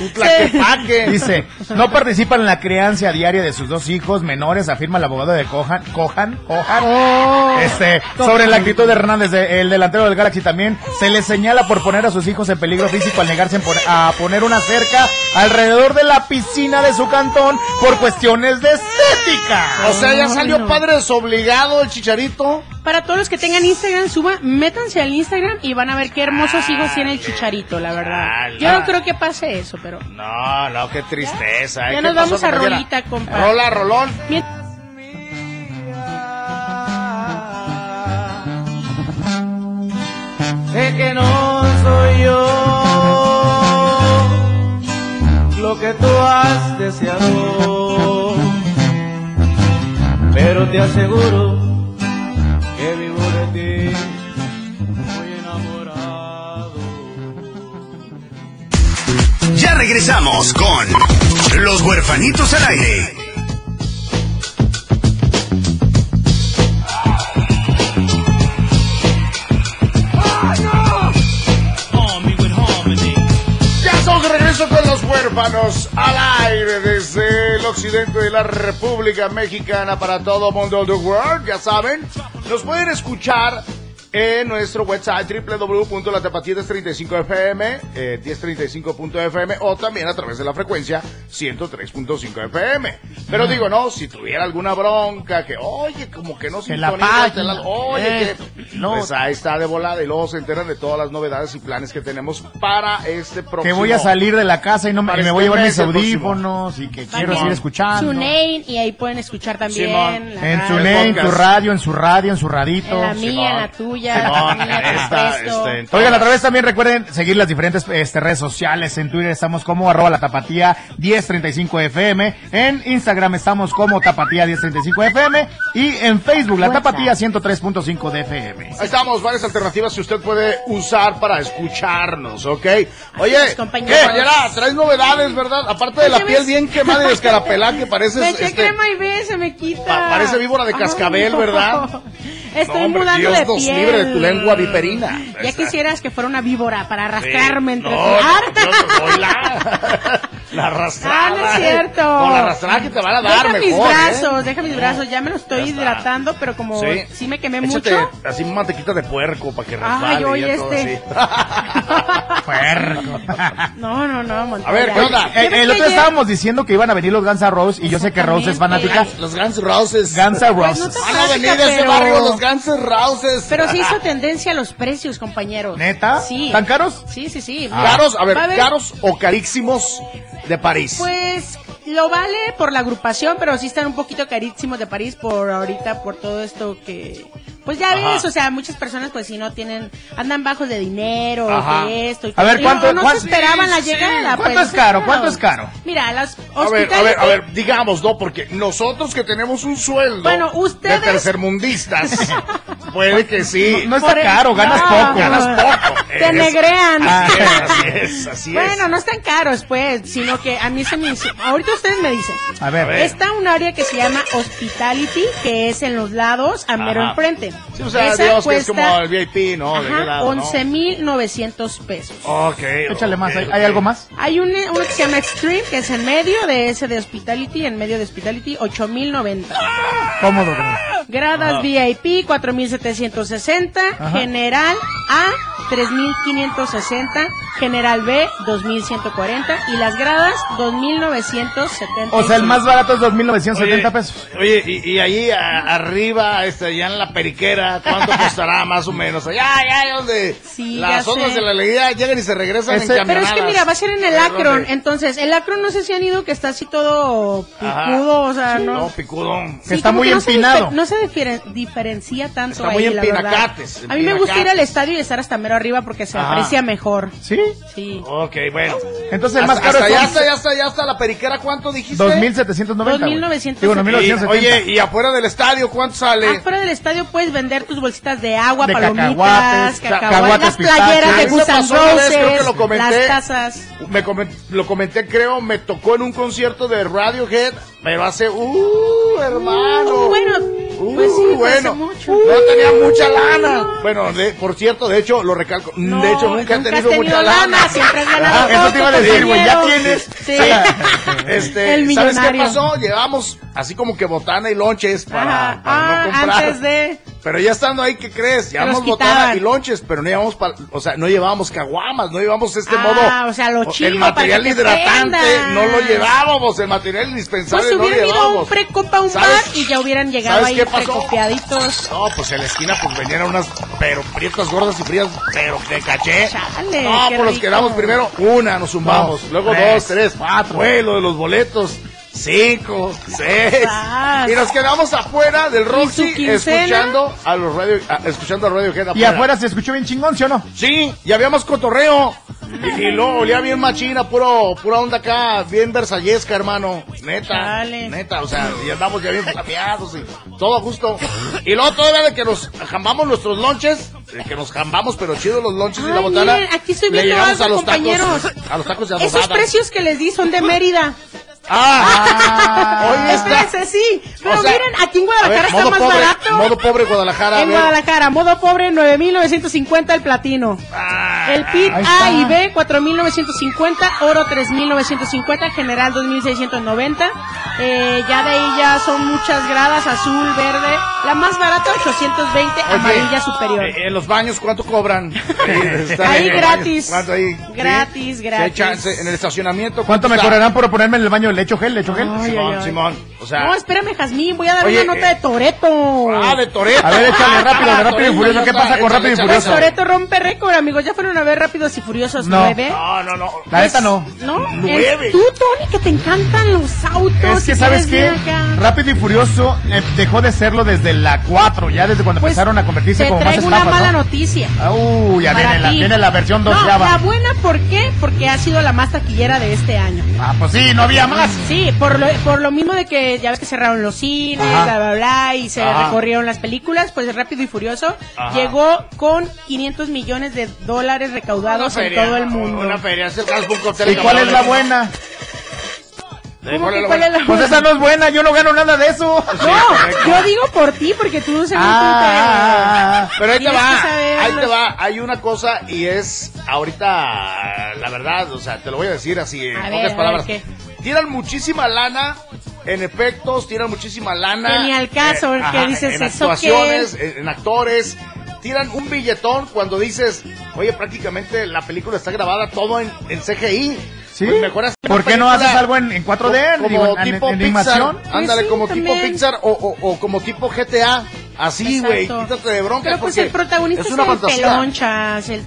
Speaker 5: Un Tlaquepaque.
Speaker 9: Dice, no participan en la crianza diaria de sus dos hijos menores, afirma el abogado de Cohan, Cohan, Cohan. Este, sobre la actitud de Hernández, de- el delantero del Galaxy también, se le señala por poner a sus hijos en peligro físico al negarse en pon- a poner una cerca alrededor de la piscina de su cantón por cuestiones de estética.
Speaker 5: O sea, ya salió padre desobligado el chicharito.
Speaker 12: Para todos los que tengan Instagram, suba, métanse al Instagram y van a ver qué hermosos hijos tiene el chicharito, la verdad.
Speaker 5: Ala.
Speaker 12: Yo no creo que pase eso, pero.
Speaker 5: No, no, qué tristeza. ¿eh?
Speaker 12: Ya
Speaker 5: ¿Qué
Speaker 12: nos
Speaker 5: pasó,
Speaker 12: vamos a
Speaker 5: compañera?
Speaker 12: rolita, compa.
Speaker 5: Rola, rolón.
Speaker 12: Mien-
Speaker 8: Sé que no soy yo lo que tú has deseado, pero te aseguro que vivo de ti muy enamorado.
Speaker 3: Ya regresamos con Los Huerfanitos al Aire.
Speaker 5: Ya estamos de regreso con los huérfanos al aire desde el occidente de la República Mexicana para todo mundo the world, ya saben. Nos pueden escuchar en nuestro website www.latapatietas35fm, eh, 1035.fm o también a través de la frecuencia 103.5 FM. Pero digo, no, si tuviera alguna bronca que, oye, como que no
Speaker 9: Que la
Speaker 5: sintoniza,
Speaker 9: página,
Speaker 5: te la- oye,
Speaker 9: eh,
Speaker 5: que,
Speaker 9: no.
Speaker 5: pues ahí está de volada y luego se enteran de todas las novedades y planes que tenemos para este programa
Speaker 9: Que voy a salir de la casa y no me,
Speaker 5: Para
Speaker 9: y me
Speaker 5: este
Speaker 9: voy a llevar
Speaker 5: mes,
Speaker 9: mis
Speaker 5: el próximo.
Speaker 9: audífonos y que quiero
Speaker 12: Vayan
Speaker 9: seguir escuchando.
Speaker 12: Su name y ahí pueden escuchar también.
Speaker 5: Simón.
Speaker 12: la
Speaker 9: En su
Speaker 12: radio,
Speaker 9: name, en
Speaker 5: podcast.
Speaker 9: tu radio, en su radio, en su radito.
Speaker 12: en la mía,
Speaker 5: Simón.
Speaker 12: en la tuya,
Speaker 5: Simón,
Speaker 12: en la
Speaker 5: en
Speaker 12: mía,
Speaker 5: esta,
Speaker 12: presto.
Speaker 5: este, en-
Speaker 9: Oigan, a través también recuerden seguir las diferentes este, redes sociales. En Twitter estamos como arroba la tapatía 1035fm. En Instagram estamos como tapatía 1035fm. Y en Facebook la tapatía 103.5 de FM.
Speaker 5: Ahí estamos, varias alternativas que usted puede usar para escucharnos, ¿ok? Oye,
Speaker 12: es,
Speaker 5: ¿qué,
Speaker 12: compañeros.
Speaker 5: compañera? Traes novedades, ¿verdad? Aparte de la
Speaker 12: Oye,
Speaker 5: piel
Speaker 12: ves-
Speaker 5: bien quemada y descarapelada que pareces...
Speaker 12: Me eché
Speaker 5: este,
Speaker 12: crema y ve, se me quita.
Speaker 5: Pa- parece víbora de cascabel,
Speaker 12: no.
Speaker 5: ¿verdad?
Speaker 12: Estoy
Speaker 5: No, hombre,
Speaker 12: mudando
Speaker 5: Dios
Speaker 12: de
Speaker 5: nos
Speaker 12: piel.
Speaker 5: libre de tu lengua viperina.
Speaker 12: Ya quisieras que fuera una víbora para arrastrarme entre
Speaker 5: no,
Speaker 12: tu- ¡Ah!
Speaker 5: Dios, hola. La arrastrada.
Speaker 12: Ah, no es cierto.
Speaker 5: Con la arrastrada que te van a dar
Speaker 12: Deja mis
Speaker 5: mejor, ¿eh?
Speaker 12: brazos, deja mis brazos, ya me los estoy
Speaker 5: Ya está.
Speaker 12: hidratando, pero como sí, me quemé
Speaker 5: Échate
Speaker 12: mucho.
Speaker 5: Así mantequita de puerco para que resbale.
Speaker 12: Ay, oye,
Speaker 5: ya todo
Speaker 12: este.
Speaker 5: así.
Speaker 9: Puerco.
Speaker 12: No, no, no, Montoya.
Speaker 5: Ah. A ver, ¿qué onda? Eh,
Speaker 9: El, el
Speaker 12: que
Speaker 9: otro
Speaker 12: ayer-
Speaker 9: estábamos diciendo que iban a venir los Guns N' Roses y yo sé que Rose es fanática.
Speaker 5: Los Guns Roses.
Speaker 9: Guns N'
Speaker 12: Pues no
Speaker 9: Roses.
Speaker 12: te
Speaker 5: Van a venir
Speaker 12: plástica,
Speaker 5: Ah, de ese
Speaker 12: pero-
Speaker 5: barrio los Guns Roses.
Speaker 12: Pero sí hizo tendencia a los precios, compañeros.
Speaker 9: ¿Neta?
Speaker 12: Sí.
Speaker 9: ¿Tan caros?
Speaker 12: Sí, sí, sí. Mira,
Speaker 5: Ah. Caros, a ver,
Speaker 12: va
Speaker 5: caros o carísimos de París.
Speaker 12: Pues lo vale por la agrupación, pero sí están un poquito carísimos de París por ahorita, por todo esto que... Pues ya
Speaker 5: Ajá.
Speaker 12: ves, o sea, muchas personas pues si no tienen, andan bajos de dinero,
Speaker 5: Ajá.
Speaker 12: de esto. Y
Speaker 9: A ver,
Speaker 12: y
Speaker 9: ¿cuánto-
Speaker 12: No, no
Speaker 9: cuánto-
Speaker 12: se esperaban la
Speaker 9: sí, sí.
Speaker 12: llegada.
Speaker 9: ¿Cuánto
Speaker 12: pues,
Speaker 9: es caro?
Speaker 12: claro.
Speaker 9: ¿Cuánto es caro?
Speaker 12: Mira, las
Speaker 5: a ver,
Speaker 12: hospitales... eh,
Speaker 5: a ver, a ver, digamos, ¿no? Porque nosotros que tenemos un sueldo
Speaker 12: Bueno, ustedes-
Speaker 5: de tercermundistas, Puede que sí.
Speaker 9: Pues, No, no está
Speaker 12: Por-
Speaker 9: caro, ganas
Speaker 12: no.
Speaker 9: poco.
Speaker 5: Ganas poco.
Speaker 12: Te negrean.
Speaker 5: Ah, así es, así
Speaker 12: bueno, no están caros, pues, sino que a mí se me hizo- Ahorita ustedes me dicen.
Speaker 9: A ver.
Speaker 12: Está un área que se llama Hospitality, que es en los lados, a mero
Speaker 5: Ajá.
Speaker 12: enfrente.
Speaker 5: es. Sí, o sea,
Speaker 12: Esa
Speaker 5: Dios, que es
Speaker 12: cuesta-
Speaker 5: como el VIP, ¿no? De
Speaker 12: Ajá,
Speaker 5: grado, ¿no?
Speaker 12: 11,900 pesos.
Speaker 5: Ok.
Speaker 9: Échale más,
Speaker 5: ok,
Speaker 9: ¿hay, hay algo más?
Speaker 12: Hay un- uno que se llama Extreme, que es en medio de ese de Hospitality, en medio de Hospitality, 8,090.
Speaker 9: Cómodo, güey.
Speaker 12: Gradas
Speaker 9: Ajá.
Speaker 12: VIP, 4,760.
Speaker 9: Ajá.
Speaker 12: General A, 3,560. General B, 2,140. Y las gradas, 2,970.
Speaker 9: O sea, el más barato es 2.970 pesos.
Speaker 5: Oye, y, y ahí a- arriba, este, allá en la periquera, ¿cuánto costará más o menos? Allá, allá donde
Speaker 12: ya
Speaker 5: las ondas
Speaker 12: sé.
Speaker 5: de la alegría llegan y se regresan
Speaker 9: Ese-
Speaker 5: en
Speaker 12: Pero es que
Speaker 5: camionadas.
Speaker 12: mira, va a ser en el
Speaker 5: Ahí
Speaker 12: Acron,
Speaker 5: donde-
Speaker 12: entonces el Acron no sé si han ido que está así todo
Speaker 5: Ajá.
Speaker 12: picudo, o sea,
Speaker 5: Sí,
Speaker 12: no,
Speaker 5: No, picudón.
Speaker 12: Sí, como que no se difer- No se, diferen- diferencia tanto
Speaker 5: Está muy
Speaker 12: ahí,
Speaker 5: en
Speaker 12: la verdad.
Speaker 5: Pinacates, en
Speaker 12: A mí me gusta ir al
Speaker 5: Pinacates.
Speaker 12: estadio y estar hasta mero arriba porque se
Speaker 5: Ajá.
Speaker 12: aprecia mejor.
Speaker 9: ¿Sí?
Speaker 12: Sí.
Speaker 5: Ok, bueno.
Speaker 9: Entonces el más
Speaker 5: Hasta-
Speaker 9: caro
Speaker 5: hasta
Speaker 9: es
Speaker 5: allá, hasta allá, hasta allá, hasta la periquera, ¿cuánto dijiste?
Speaker 9: 2.790. güey.
Speaker 12: 2,970.
Speaker 9: Digo,
Speaker 5: Y,
Speaker 9: 2.970.
Speaker 5: oye, y afuera del estadio, ¿cuánto sale?
Speaker 12: Afuera Ah, del estadio puedes vender tus bolsitas de agua,
Speaker 9: De
Speaker 12: palomitas,
Speaker 9: cacahuates,
Speaker 12: cacahuates,
Speaker 9: cacahuates,
Speaker 12: las
Speaker 9: pistachos.
Speaker 12: playeras de
Speaker 5: Eso
Speaker 12: Gusan
Speaker 5: pasó una vez, creo que
Speaker 12: Roses,
Speaker 5: lo comenté.
Speaker 12: las tazas.
Speaker 5: Me comen- lo comenté, creo, me tocó en un concierto de Radiohead, pero hace, uh, hermano.
Speaker 12: bueno,
Speaker 5: Uh,
Speaker 12: pues sí, fue hace
Speaker 5: bueno,
Speaker 12: mucho.
Speaker 5: no tenía mucha lana. Bueno, de- por cierto, de hecho, lo recalco,
Speaker 12: No,
Speaker 5: de hecho nunca, he
Speaker 12: has
Speaker 5: tenido, mucha
Speaker 12: lana,
Speaker 5: lana.
Speaker 12: siempre has ganado.
Speaker 5: Ah,
Speaker 9: eso te iba a decir, güey, ya
Speaker 12: compañero.
Speaker 9: tienes.
Speaker 12: Sí.
Speaker 5: Este,
Speaker 12: El
Speaker 5: ¿sabes qué
Speaker 12: millonario.
Speaker 5: pasó? Llevamos así como que botana y lonches para,
Speaker 12: Ajá.
Speaker 5: para no
Speaker 12: Ah,
Speaker 5: comprar.
Speaker 12: antes de.
Speaker 5: Pero ya estando ahí, ¿qué crees? Llevamos
Speaker 12: Nos
Speaker 5: botana
Speaker 12: quitaban.
Speaker 5: y lonches, pero no llevamos, pa- o sea, no llevábamos caguamas, no llevamos este
Speaker 12: Ah,
Speaker 5: modo.
Speaker 12: o sea, lo chido
Speaker 5: el
Speaker 12: para
Speaker 5: material
Speaker 12: que te
Speaker 5: hidratante
Speaker 12: prendas.
Speaker 5: no lo llevábamos, el material indispensable
Speaker 12: Pues si
Speaker 5: no lo
Speaker 12: hubieran ido a un
Speaker 5: llevábamos.
Speaker 12: precopa a un bar
Speaker 5: ¿Sabes?
Speaker 12: y ya hubieran llegado
Speaker 5: ¿Sabes
Speaker 12: ahí
Speaker 5: qué pasó?
Speaker 12: precopiaditos.
Speaker 5: No, pues en la esquina pues venían unas pero prietas gordas y frías, pero de caché.
Speaker 12: Chale,
Speaker 5: no,
Speaker 12: qué
Speaker 5: pues nos
Speaker 12: rico.
Speaker 5: quedamos primero una, nos zumbamos,
Speaker 9: Dos,
Speaker 5: luego
Speaker 9: tres,
Speaker 5: dos, tres, cuatro, fue lo de los boletos, cinco, seis.
Speaker 12: Sas.
Speaker 5: Y nos quedamos afuera del Roxy
Speaker 12: quincena?
Speaker 5: escuchando a los radio, a- escuchando a Radio
Speaker 9: Y afuera se escuchó bien chingón, ¿sí o no?
Speaker 5: Sí, y habíamos cotorreo. Y, y luego olía bien machina, puro, pura onda acá, bien versallesca, hermano. Neta,
Speaker 12: Chale.
Speaker 5: neta, o sea, y andamos ya bien flameados y todo a gusto. Y luego todavía de que nos jambamos nuestros lonches, de que nos jambamos, pero chido los lonches y la
Speaker 12: Ay,
Speaker 5: botana.
Speaker 12: miren, aquí estoy
Speaker 5: le
Speaker 12: viendo
Speaker 5: llegamos
Speaker 12: algo,
Speaker 5: a los
Speaker 12: compañeros.
Speaker 5: tacos, a los tacos de adobada.
Speaker 12: Esos precios que les di son de Mérida.
Speaker 5: Ah, hoy está.
Speaker 12: Espérense, sí. Pero
Speaker 5: O sea,
Speaker 12: miren, aquí en
Speaker 5: a ver,
Speaker 12: Guadalajara está
Speaker 5: modo
Speaker 12: más
Speaker 5: pobre,
Speaker 12: barato.
Speaker 5: Modo pobre Guadalajara. a
Speaker 12: en
Speaker 5: ver.
Speaker 12: Guadalajara, modo pobre, 9.950 el platino.
Speaker 5: Ah,
Speaker 12: el PIT
Speaker 9: ahí
Speaker 12: A
Speaker 9: está.
Speaker 12: y B, 4.950. Oro, 3.950. General, 2.690. Eh, ya de ahí ya son muchas gradas, azul, verde. La más barata, 820.
Speaker 5: Oye,
Speaker 12: amarilla superior.
Speaker 5: eh, en los baños, ¿cuánto cobran? Ahí, está,
Speaker 12: Ahí
Speaker 5: en el
Speaker 12: gratis.
Speaker 5: baño. ¿Cuánto ahí?
Speaker 12: Gratis,
Speaker 5: Sí,
Speaker 12: gratis.
Speaker 5: sí hay chance. En el estacionamiento.
Speaker 9: ¿Cuánto me
Speaker 5: está?
Speaker 9: cobrarán por ponerme en el baño lecho gel, lecho gel?
Speaker 12: Ay,
Speaker 5: Simón,
Speaker 12: ay, ay.
Speaker 5: Simón. O sea.
Speaker 12: No, espérame, Jazmín, voy a dar
Speaker 5: Oye,
Speaker 12: una nota
Speaker 5: eh,
Speaker 12: de Toreto.
Speaker 5: Ah, de Toreto.
Speaker 9: A ver, échale rápido, de rápido y
Speaker 5: Toreto,
Speaker 9: furioso. ¿Qué
Speaker 5: ya Ah, está,
Speaker 9: pasa con rápido y
Speaker 5: échale,
Speaker 9: furioso?
Speaker 5: échale.
Speaker 12: Toreto rompe récord, amigos. Ya fueron a ver rápidos y furiosos
Speaker 9: No.
Speaker 12: nueve.
Speaker 5: No, no, no.
Speaker 9: La neta no.
Speaker 12: ¿No?
Speaker 5: Nueve.
Speaker 12: Eh, Tú, Tony, que te encantan los autos.
Speaker 9: Es que,
Speaker 12: y
Speaker 9: ¿sabes
Speaker 12: eres
Speaker 9: qué?
Speaker 12: bien acá.
Speaker 9: Rápido y Furioso eh, dejó de serlo desde la 4, ya desde cuando
Speaker 12: Pues,
Speaker 9: empezaron a convertirse
Speaker 12: te
Speaker 9: como más
Speaker 12: traigo una
Speaker 9: estafas,
Speaker 12: mala
Speaker 9: ¿no?
Speaker 12: noticia.
Speaker 9: Ah, Uy, ya
Speaker 12: para
Speaker 9: viene la,
Speaker 12: ti.
Speaker 9: viene la versión 2
Speaker 12: no,
Speaker 9: ya va.
Speaker 12: La buena, ¿por qué? Porque ha sido la más taquillera de este año.
Speaker 9: Ah, pues sí, no había más.
Speaker 12: Sí, por lo, por lo mismo de que ya ves que cerraron los cines,
Speaker 9: Ajá.
Speaker 12: bla, bla, bla, y se
Speaker 5: Ajá.
Speaker 12: recorrieron las películas, pues Rápido y Furioso llegó con 500 millones de dólares recaudados
Speaker 5: Una
Speaker 12: en
Speaker 5: feria,
Speaker 12: todo el mundo.
Speaker 5: Una feria. Se alcanza un cóctel
Speaker 9: ¿Y
Speaker 5: de
Speaker 9: cuál es la
Speaker 5: camarones.
Speaker 9: buena?
Speaker 5: Sí,
Speaker 12: ¿Cómo que
Speaker 5: la
Speaker 12: cuál es
Speaker 5: buena?
Speaker 12: la
Speaker 9: Pues esa no es buena, yo no gano nada de eso.
Speaker 12: No, yo digo por ti, porque tú según
Speaker 9: Ah, ah, ah.
Speaker 5: Pero ahí te
Speaker 12: Tienes
Speaker 5: va,
Speaker 12: que saberlo.
Speaker 5: ahí te va. Hay una cosa y es ahorita la verdad, o sea, te lo voy a decir así en
Speaker 12: A ver,
Speaker 5: pocas
Speaker 12: a ver,
Speaker 5: palabras.
Speaker 12: ¿qué?
Speaker 5: Tiran muchísima lana en efectos, tiran muchísima lana. eh,
Speaker 12: Que ni al caso, que dices,
Speaker 5: en
Speaker 12: ¿eso
Speaker 5: actuaciones, en, en actores. Tiran un billetón cuando dices, oye, prácticamente la película está grabada todo en, en CGI.
Speaker 9: ¿Sí?
Speaker 5: Pues mejor hacer
Speaker 9: ¿Por
Speaker 5: una
Speaker 9: qué no
Speaker 5: película
Speaker 9: haces algo en- en 4D?
Speaker 5: co-
Speaker 9: Digo,
Speaker 5: Como
Speaker 9: en- en-
Speaker 5: tipo
Speaker 9: en
Speaker 5: Pixar.
Speaker 9: animación.
Speaker 5: Ándale,
Speaker 12: sí,
Speaker 5: como tipo
Speaker 12: también.
Speaker 5: Pixar o, o- o como tipo GTA. Así, güey,
Speaker 12: Exacto.
Speaker 5: quítate de bronca.
Speaker 12: Pero pues el protagonista es,
Speaker 5: una
Speaker 12: el
Speaker 5: fantasía.
Speaker 12: pelonchas, el
Speaker 5: Sí,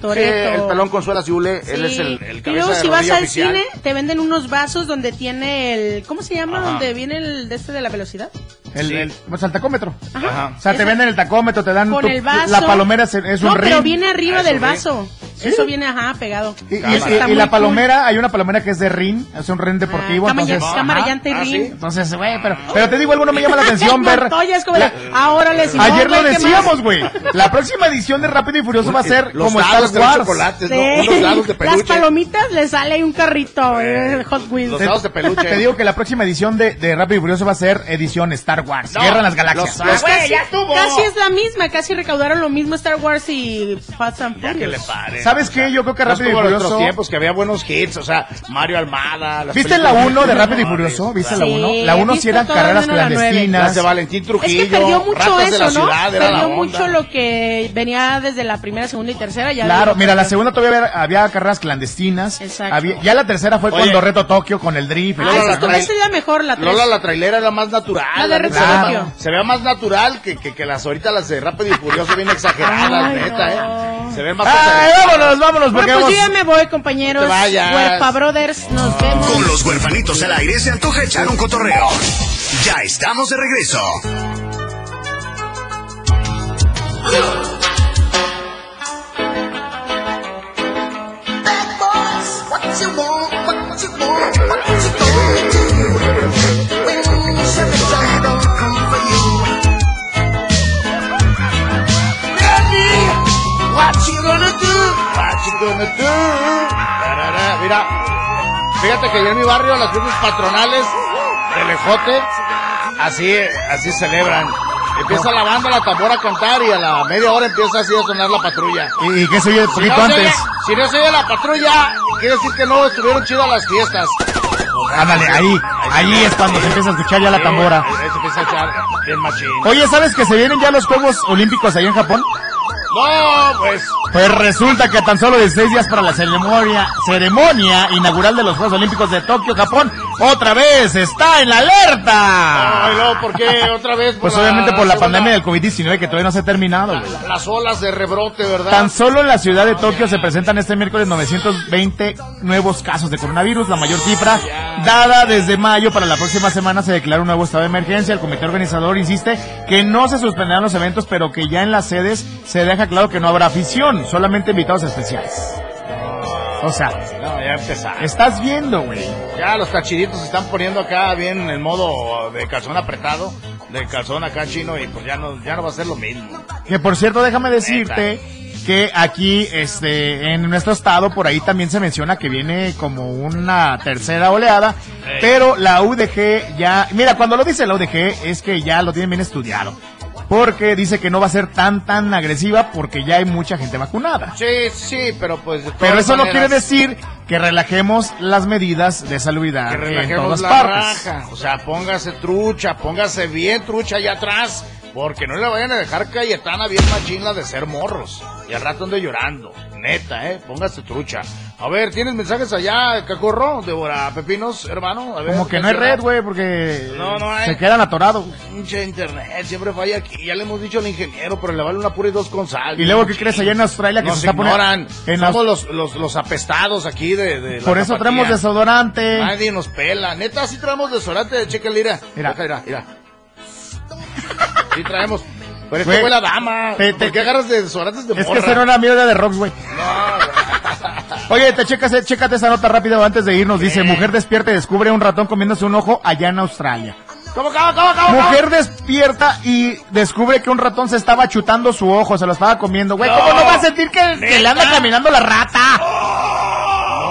Speaker 5: el
Speaker 12: toreto.
Speaker 5: pelón Consuela Ciule, él es
Speaker 12: Sí.
Speaker 5: el, el cabeza
Speaker 12: y luego
Speaker 5: de
Speaker 12: si vas
Speaker 5: rodilla
Speaker 12: al
Speaker 5: oficial.
Speaker 12: cine te venden unos vasos donde tiene el ¿cómo se llama?
Speaker 5: Ajá.
Speaker 12: donde viene el de este de la velocidad.
Speaker 9: El,
Speaker 5: Sí.
Speaker 9: el- pues el tacómetro.
Speaker 5: Ajá.
Speaker 9: O sea, te
Speaker 12: Ese-
Speaker 9: venden el tacómetro, te dan
Speaker 12: Con
Speaker 9: tu-
Speaker 12: el vaso.
Speaker 9: la palomera es, es un
Speaker 12: no, pero
Speaker 9: ring.
Speaker 12: viene
Speaker 5: Ah,
Speaker 12: arriba
Speaker 5: es
Speaker 12: del
Speaker 5: un ring.
Speaker 12: vaso. Eso viene, ajá, pegado.
Speaker 9: Y, y-
Speaker 12: Eso
Speaker 9: y-
Speaker 12: está
Speaker 9: y
Speaker 12: muy
Speaker 9: la
Speaker 12: cool.
Speaker 9: palomera, hay una palomera que es de ring, es un ring deportivo.
Speaker 12: Cama ya-
Speaker 9: entonces,
Speaker 12: cámara
Speaker 9: Ajá.
Speaker 5: Ah,
Speaker 12: llanta y ring.
Speaker 9: Entonces, güey, pero, pero te digo algo, no me llama la atención ver.
Speaker 12: Montoya es como de, ah, órale, Simón,
Speaker 9: Ayer lo
Speaker 12: güey, ¿qué más?
Speaker 9: decíamos, güey. La próxima edición de Rápido y Furioso va a ser
Speaker 5: eh, Los
Speaker 9: como Star
Speaker 5: dados traen
Speaker 9: Wars.
Speaker 5: chocolates,
Speaker 12: Sí. Las palomitas le sale ahí un carrito, güey, el Hot Wheels.
Speaker 9: Te- Te digo que la próxima edición de, de Rápido y Furioso va a ser edición Star Wars.
Speaker 12: No,
Speaker 9: Guerra en las Galaxias.
Speaker 12: Ah, güey, Casi es la misma, casi recaudaron lo mismo Star Wars y Fast and Furious.
Speaker 9: ¿Sabes qué? Yo creo que Rápido y
Speaker 5: como en
Speaker 9: Furioso-
Speaker 5: otros tiempos que había buenos hits, o sea, Mario Almada. las
Speaker 9: ¿Viste la
Speaker 5: películas-
Speaker 9: 1 de Rápido y Furioso? ¿Viste la
Speaker 5: Sí,
Speaker 9: 1? La 1 sí
Speaker 5: viste
Speaker 9: eran
Speaker 5: todo
Speaker 9: carreras
Speaker 5: menos la nueve.
Speaker 9: clandestinas.
Speaker 5: Las de Valentín Trujillo,
Speaker 12: Es que perdió mucho
Speaker 5: Ratas de la
Speaker 12: eso, ¿no?
Speaker 5: Ciudad, era la
Speaker 12: Perdió
Speaker 5: onda.
Speaker 12: mucho lo que venía desde la primera, segunda y tercera. Ya
Speaker 9: Claro,
Speaker 12: lo-
Speaker 9: mira, la segunda todavía había, había carreras clandestinas.
Speaker 12: Exacto.
Speaker 9: Había- ya la tercera fue
Speaker 5: Oye. Ah,
Speaker 9: cuando reto Tokio con el drift.
Speaker 5: Lola,
Speaker 9: etcétera.
Speaker 5: la
Speaker 12: Esta es la mejor, la tres.
Speaker 5: Lola la trailera es la más natural.
Speaker 12: La de
Speaker 5: neta,
Speaker 12: Reto
Speaker 5: se ve
Speaker 12: Tokio.
Speaker 9: Ah,
Speaker 5: más- Se vea más natural que, que, que las ahorita las de Rápido y Furioso bien exageradas,
Speaker 12: Ay,
Speaker 5: neta, ¿eh? Se ven más
Speaker 9: Ay,
Speaker 5: exageradas.
Speaker 9: vámonos, vámonos, porque
Speaker 12: Bueno, pues yo
Speaker 9: vamos-
Speaker 12: ya me voy, compañeros.
Speaker 5: No te vayas.
Speaker 12: Huerpa Brothers, nos vemos.
Speaker 13: Con los huerfanitos al aire se antoja echar un cotorreo. Ya estamos de regreso.
Speaker 8: Bad boys, what you want, what you want, what you gonna do? When Chevrolet don't come for you. Baby, what you gonna do?
Speaker 5: What you gonna do? Tarara, Mira, fíjate que yo en mi barrio las fiestas patronales del ejote, así, así celebran. Empieza la banda, la tambora a cantar y a la media hora empieza así a sonar la patrulla.
Speaker 9: Y, y que se oye
Speaker 5: Si
Speaker 9: poquito
Speaker 5: no, se oye,
Speaker 9: antes.
Speaker 5: si no se oye la patrulla, quiere decir que no estuvieron chidas las fiestas.
Speaker 9: Ándale, ahí, ahí es cuando se empieza a escuchar ya la tambora.
Speaker 5: Sí, ahí se empieza a echar bien machín.
Speaker 9: Oye, ¿sabes que se vienen ya los Juegos Olímpicos allá en Japón?
Speaker 5: No, pues.
Speaker 9: Pues resulta que a tan solo 16 días para la ceremonia, ceremonia inaugural de los Juegos Olímpicos de Tokio, Japón, otra vez está en la alerta.
Speaker 5: Ay, no, ¿por qué? Otra vez.
Speaker 9: Pues obviamente por la
Speaker 5: segunda-
Speaker 9: pandemia del COVID-19 que todavía no se ha terminado, güey.
Speaker 5: Las olas de rebrote, ¿verdad?
Speaker 9: Tan solo en la ciudad de Tokio se presentan este miércoles 920 nuevos casos de coronavirus, la mayor cifra dada desde mayo. Para la próxima semana se declara un nuevo estado de emergencia. El comité organizador insiste que no se suspenderán los eventos, pero que ya en las sedes se deja claro que no habrá afición, solamente invitados especiales. O sea,
Speaker 5: No, ya empezaron.
Speaker 9: estás viendo, güey.
Speaker 5: Ya los cachiditos se están poniendo acá bien en modo de calzón apretado, de calzón acá chino y pues ya no, ya no va a ser lo mismo.
Speaker 9: Que por cierto, déjame decirte que aquí, este, en nuestro estado, por ahí también se menciona que viene como una tercera oleada,
Speaker 5: Ey.
Speaker 9: pero la UDG ya, mira, cuando lo dice la UDG es que ya lo tienen bien estudiado, porque dice que no va a ser tan, tan agresiva porque ya hay mucha gente vacunada.
Speaker 5: Sí, sí, pero pues... de todas
Speaker 9: Pero eso no
Speaker 5: maneras,
Speaker 9: quiere decir que relajemos las medidas de salubridad
Speaker 5: Que
Speaker 9: Ah, en
Speaker 5: relajemos
Speaker 9: todas
Speaker 5: la
Speaker 9: partes.
Speaker 5: raja. O sea, póngase trucha, póngase bien trucha allá atrás, porque no le vayan a dejar Cayetana bien machín la de ser morros. Y al rato ande llorando. Neta, eh, póngase trucha. A ver, ¿tienes mensajes allá, Cacorro, Débora Pepinos, hermano? A ver,
Speaker 9: Como que no hay
Speaker 5: menciona.
Speaker 9: red, güey, porque
Speaker 5: No, no hay.
Speaker 9: se quedan atorados.
Speaker 5: Pinche internet, siempre falla aquí. Ya le hemos dicho al ingeniero, pero le vale una pura y dos con sal.
Speaker 9: Y luego, ¿qué crees allá en Australia que
Speaker 5: Nos
Speaker 9: se está poniendo-
Speaker 5: ignoran.
Speaker 9: en
Speaker 5: Somos
Speaker 9: Aus-
Speaker 5: los, los, los apestados aquí de, de la
Speaker 9: Por eso
Speaker 5: tapatía.
Speaker 9: traemos desodorante.
Speaker 5: Nadie nos pela. Neta, sí traemos desodorante de checa, mira. Mira, mira, mira. Sí traemos. Pero este
Speaker 9: Güey,
Speaker 5: fue la dama.
Speaker 9: te-
Speaker 5: ¿Por
Speaker 9: te-
Speaker 5: qué agarras de desodorantes de
Speaker 9: Es que
Speaker 5: morra?
Speaker 9: esa era una mierda de rocks, güey. Oye, te checas, eh, chécate esa nota rápido antes de irnos. Dice, mujer despierta y descubre un ratón comiéndose un ojo allá en Australia.
Speaker 5: ¿Cómo, cómo, cómo, cómo?
Speaker 9: Mujer despierta y descubre que un ratón se estaba chutando su ojo, se lo estaba comiendo. Güey, ¿cómo no va a sentir que, que le anda caminando la rata?
Speaker 5: cómo?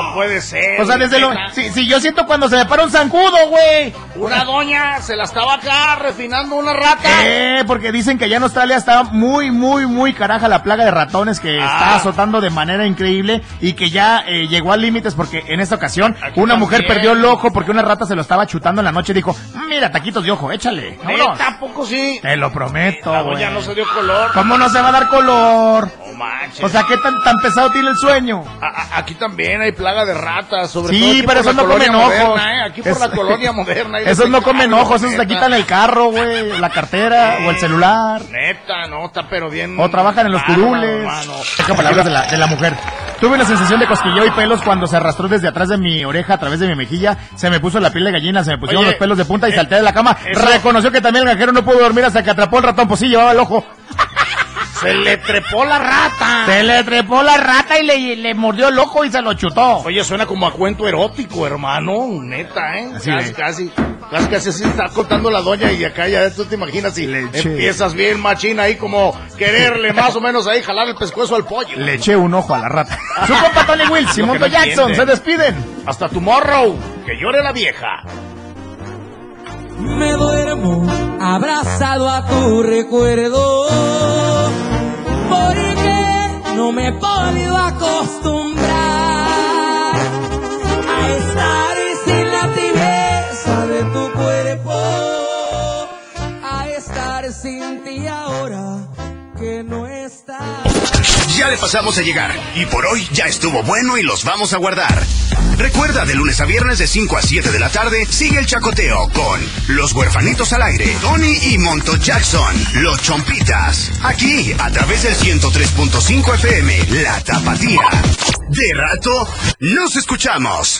Speaker 5: No puede ser.
Speaker 9: O sea, desde lo...
Speaker 5: neta.
Speaker 9: Si, si yo siento cuando se me para un zancudo, güey.
Speaker 5: Una doña se la estaba acá refinando una rata.
Speaker 9: Eh, porque dicen que allá en Australia está muy, muy, muy caraja la plaga de ratones que
Speaker 5: Ah.
Speaker 9: está azotando de manera increíble y que ya eh, llegó a límites porque en esta ocasión una mujer
Speaker 5: también.
Speaker 9: perdió el ojo porque una rata se lo estaba chutando en la noche y dijo, mira, taquitos de ojo, échale. vámonos".
Speaker 5: Neta, ¿a poco sí.
Speaker 9: Te lo prometo,
Speaker 5: La
Speaker 9: güey.
Speaker 5: doña no se dio color.
Speaker 9: ¿Cómo no se va a dar color?
Speaker 5: No manches.
Speaker 9: O sea, ¿qué tan, tan pesado tiene el sueño?
Speaker 5: A- a- Aquí también hay plaga de ratas, sobre todo.
Speaker 9: Sí,
Speaker 5: aquí
Speaker 9: pero
Speaker 5: por
Speaker 9: esos
Speaker 5: la
Speaker 9: no comen
Speaker 5: colonia
Speaker 9: ojos.
Speaker 5: moderna, ¿eh? Aquí por
Speaker 9: Es-
Speaker 5: la colonia moderna. ahí
Speaker 9: Esos
Speaker 5: les
Speaker 9: no
Speaker 5: encargo,
Speaker 9: comen ojos, esos
Speaker 5: ah, neta.
Speaker 9: le quitan el carro, güey, la cartera o el celular.
Speaker 5: Neta, no, está pero bien.
Speaker 9: O trabajan en los
Speaker 5: bárbaro,
Speaker 9: curules.
Speaker 5: hermano.
Speaker 9: Checa palabras de la, de la mujer. Tuve una sensación de cosquilleo y pelos cuando se arrastró desde atrás de mi oreja a través de mi mejilla. Se me puso la piel de gallina, se me pusieron
Speaker 5: Oye,
Speaker 9: los pelos de punta y
Speaker 5: eh,
Speaker 9: salté de la cama.
Speaker 5: eso-
Speaker 9: Reconoció que también el granjero no pudo dormir hasta que atrapó el ratón, pues sí, llevaba el ojo.
Speaker 5: Se le trepó la rata.
Speaker 9: Se le trepó la rata y le, le mordió el ojo y se lo chutó.
Speaker 5: Oye, suena como a cuento erótico, hermano. Neta, ¿eh?
Speaker 9: Así
Speaker 5: casi,
Speaker 9: es.
Speaker 5: casi, casi, casi así está contando la doña y acá ya tú te imaginas y empiezas bien machina ahí como quererle más o menos ahí jalar el pescuezo al pollo.
Speaker 9: Le eché un ojo a la rata. Su compa Tony Wills y
Speaker 5: Lo que
Speaker 9: Mundo
Speaker 5: no
Speaker 9: Jackson
Speaker 5: entiende.
Speaker 9: se despiden.
Speaker 5: Hasta tomorrow, que llore la vieja.
Speaker 12: me duermo abrazado a tu recuerdo. Porque no me he podido acostumbrar a estar sin la tibieza de tu cuerpo, a estar sin ti ahora que no estás.
Speaker 11: Ya le pasamos a llegar y por hoy ya estuvo bueno y los vamos a guardar. Recuerda de lunes a viernes de 5 a 7 de la tarde, sigue el chacoteo con Los Huerfanitos al Aire, Tony y Monto Jackson, Los Chompitas, aquí a través del 103.5 FM, La Tapatía. De rato, nos escuchamos.